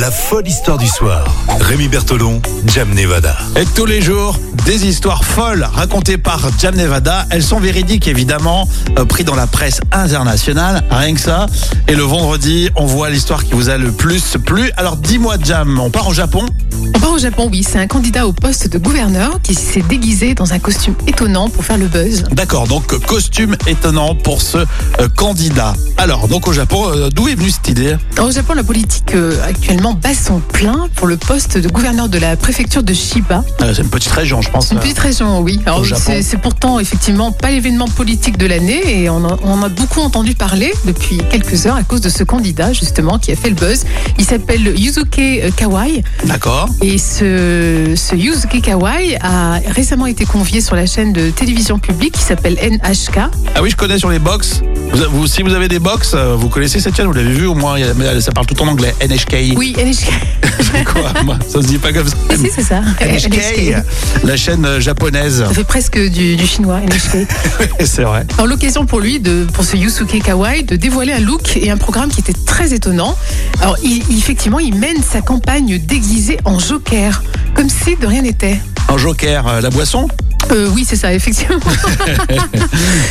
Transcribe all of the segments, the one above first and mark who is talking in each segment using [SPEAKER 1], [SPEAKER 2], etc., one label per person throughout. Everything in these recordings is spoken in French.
[SPEAKER 1] La folle histoire du soir. Rémi Bertolon, Jam Nevada.
[SPEAKER 2] Et tous les jours, des histoires folles racontées par Jam Nevada. Elles sont véridiques, évidemment, euh, pris dans la presse internationale, rien que ça. Et le vendredi, on voit l'histoire qui vous a le plus plu. Alors dis-moi, Jam, on part au Japon
[SPEAKER 3] On part au Japon, oui. C'est un candidat au poste de gouverneur qui s'est déguisé dans un costume étonnant pour faire le buzz.
[SPEAKER 2] D'accord, donc euh, costume étonnant pour ce euh, candidat. Alors, donc au Japon, euh, d'où est venue cette idée
[SPEAKER 3] Au Japon, la politique euh, actuellement bat son plein pour le poste de gouverneur de la préfecture de Chiba.
[SPEAKER 2] Euh, C'est une petite région, je pense.
[SPEAKER 3] C'est une petite région, oui. Alors,
[SPEAKER 2] Au Japon.
[SPEAKER 3] c'est- C'est pourtant effectivement pas l'événement politique de l'année et on en, on en a beaucoup entendu parler depuis quelques heures à cause de ce candidat justement qui a fait le buzz. Il s'appelle Yuzuke euh, Kawai.
[SPEAKER 2] D'accord.
[SPEAKER 3] Et ce, ce Yuzuki Kawai a récemment été convié sur la chaîne de télévision publique qui s'appelle NHK.
[SPEAKER 2] Ah oui, je connais sur les box. Vous- vous- si vous avez des box, euh, vous connaissez cette chaîne, vous l'avez vu au moins, il y a- mais, euh, ça parle tout en anglais. NHK.
[SPEAKER 3] Oui, NHK.
[SPEAKER 2] C'est quoi moi, Ça se dit pas comme ça.
[SPEAKER 3] Ah si, c'est ça.
[SPEAKER 2] NHK, la chaîne euh, japonaise.
[SPEAKER 3] Ça fait presque du, du chinois, NHK.
[SPEAKER 2] C'est vrai.
[SPEAKER 3] Alors, l'occasion pour lui, de, pour ce Yusuke Kawai, de dévoiler un look et un programme qui était très étonnant. Alors, il- il- effectivement, il mène sa campagne déguisée en joker, comme si de rien n'était.
[SPEAKER 2] Un joker, euh, la boisson
[SPEAKER 3] Euh, oui, c'est ça, effectivement.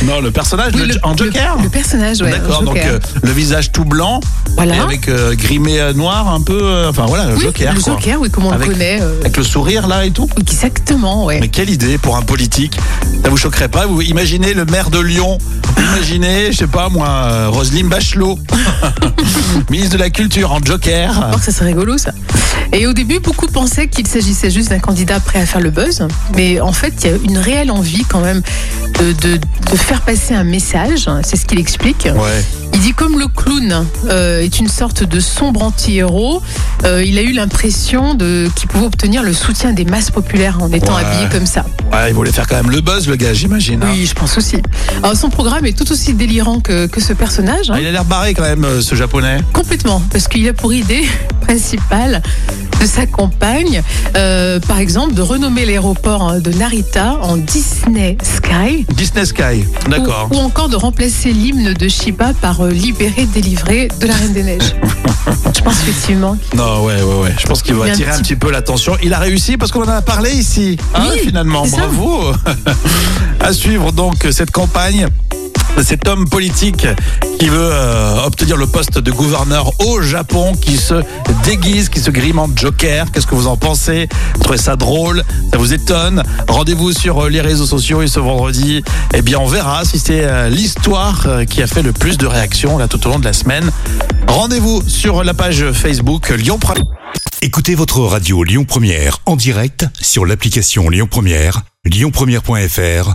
[SPEAKER 2] Non, le personnage,
[SPEAKER 3] Oui,
[SPEAKER 2] le- en joker
[SPEAKER 3] le, personnage, ouais. en
[SPEAKER 2] D'accord, donc
[SPEAKER 3] joker.
[SPEAKER 2] euh, le visage tout blanc,
[SPEAKER 3] voilà.
[SPEAKER 2] et avec euh, grimé euh, noir un peu, euh, enfin voilà, le
[SPEAKER 3] Oui,
[SPEAKER 2] joker
[SPEAKER 3] le
[SPEAKER 2] quoi.
[SPEAKER 3] joker, oui, comme on
[SPEAKER 2] Avec-
[SPEAKER 3] le connaît. euh,
[SPEAKER 2] Avec le sourire là et tout.
[SPEAKER 3] Exactement, ouais.
[SPEAKER 2] Mais quelle idée pour un politique Ça vous choquerait pas Vous imaginez le maire de Lyon Imaginez, je sais pas moi, euh, Roselyne Bachelot, ministre de la Culture en joker.
[SPEAKER 3] Alors que Oh, ça serait rigolo ça. Et au début, beaucoup pensaient qu'il s'agissait juste d'un candidat prêt à faire le buzz, mais en fait, il y a une réelle envie quand même de, de- de faire passer un message. C'est ce qu'il explique.
[SPEAKER 2] Ouais.
[SPEAKER 3] Il dit comme le clown euh, est une sorte de sombre anti-héros, euh, il a eu l'impression de qu'il pouvait obtenir le soutien des masses populaires en étant
[SPEAKER 2] Ouais.
[SPEAKER 3] habillé comme ça.
[SPEAKER 2] ouais, il voulait faire quand même le buzz le gars, j'imagine. hein.
[SPEAKER 3] Oui, je pense aussi. Alors, son programme est tout aussi délirant que, que ce personnage. hein.
[SPEAKER 2] Ah, il a l'air barré quand même, euh, ce japonais.
[SPEAKER 3] Complètement, parce qu'il a pour idée principale de sa campagne, euh, par exemple, de renommer l'aéroport hein, de Narita en Disney Sky.
[SPEAKER 2] Disney Sky,
[SPEAKER 3] ou-
[SPEAKER 2] d'accord.
[SPEAKER 3] Ou, encore de remplacer l'hymne de Shiba par euh, Libéré, délivré de la Reine des Neiges. Je pense effectivement.
[SPEAKER 2] Non, ouais, ouais, ouais. Je pense qu'il va
[SPEAKER 3] Il Mm. y a un
[SPEAKER 2] attirer un
[SPEAKER 3] petit-
[SPEAKER 2] petit peu l'attention. Il a réussi parce qu'on en a parlé ici. Hein,
[SPEAKER 3] Oui,
[SPEAKER 2] finalement,
[SPEAKER 3] c'est ça.
[SPEAKER 2] bravo. à suivre donc cette campagne. de Cet homme politique qui veut euh, obtenir le poste de gouverneur au Japon, qui se déguise, qui se grime en joker. Qu'est-ce que vous en pensez Vous trouvez ça drôle Ça vous étonne Rendez-vous sur euh, les réseaux sociaux et ce vendredi, eh bien, on verra si c'est euh, l'histoire euh, qui a fait le plus de réactions là tout au long de la semaine. Rendez-vous sur la page Facebook Lyon Première.
[SPEAKER 1] Écoutez votre radio Lyon Première en direct sur l'application Lyon Première, lyonpremière.fr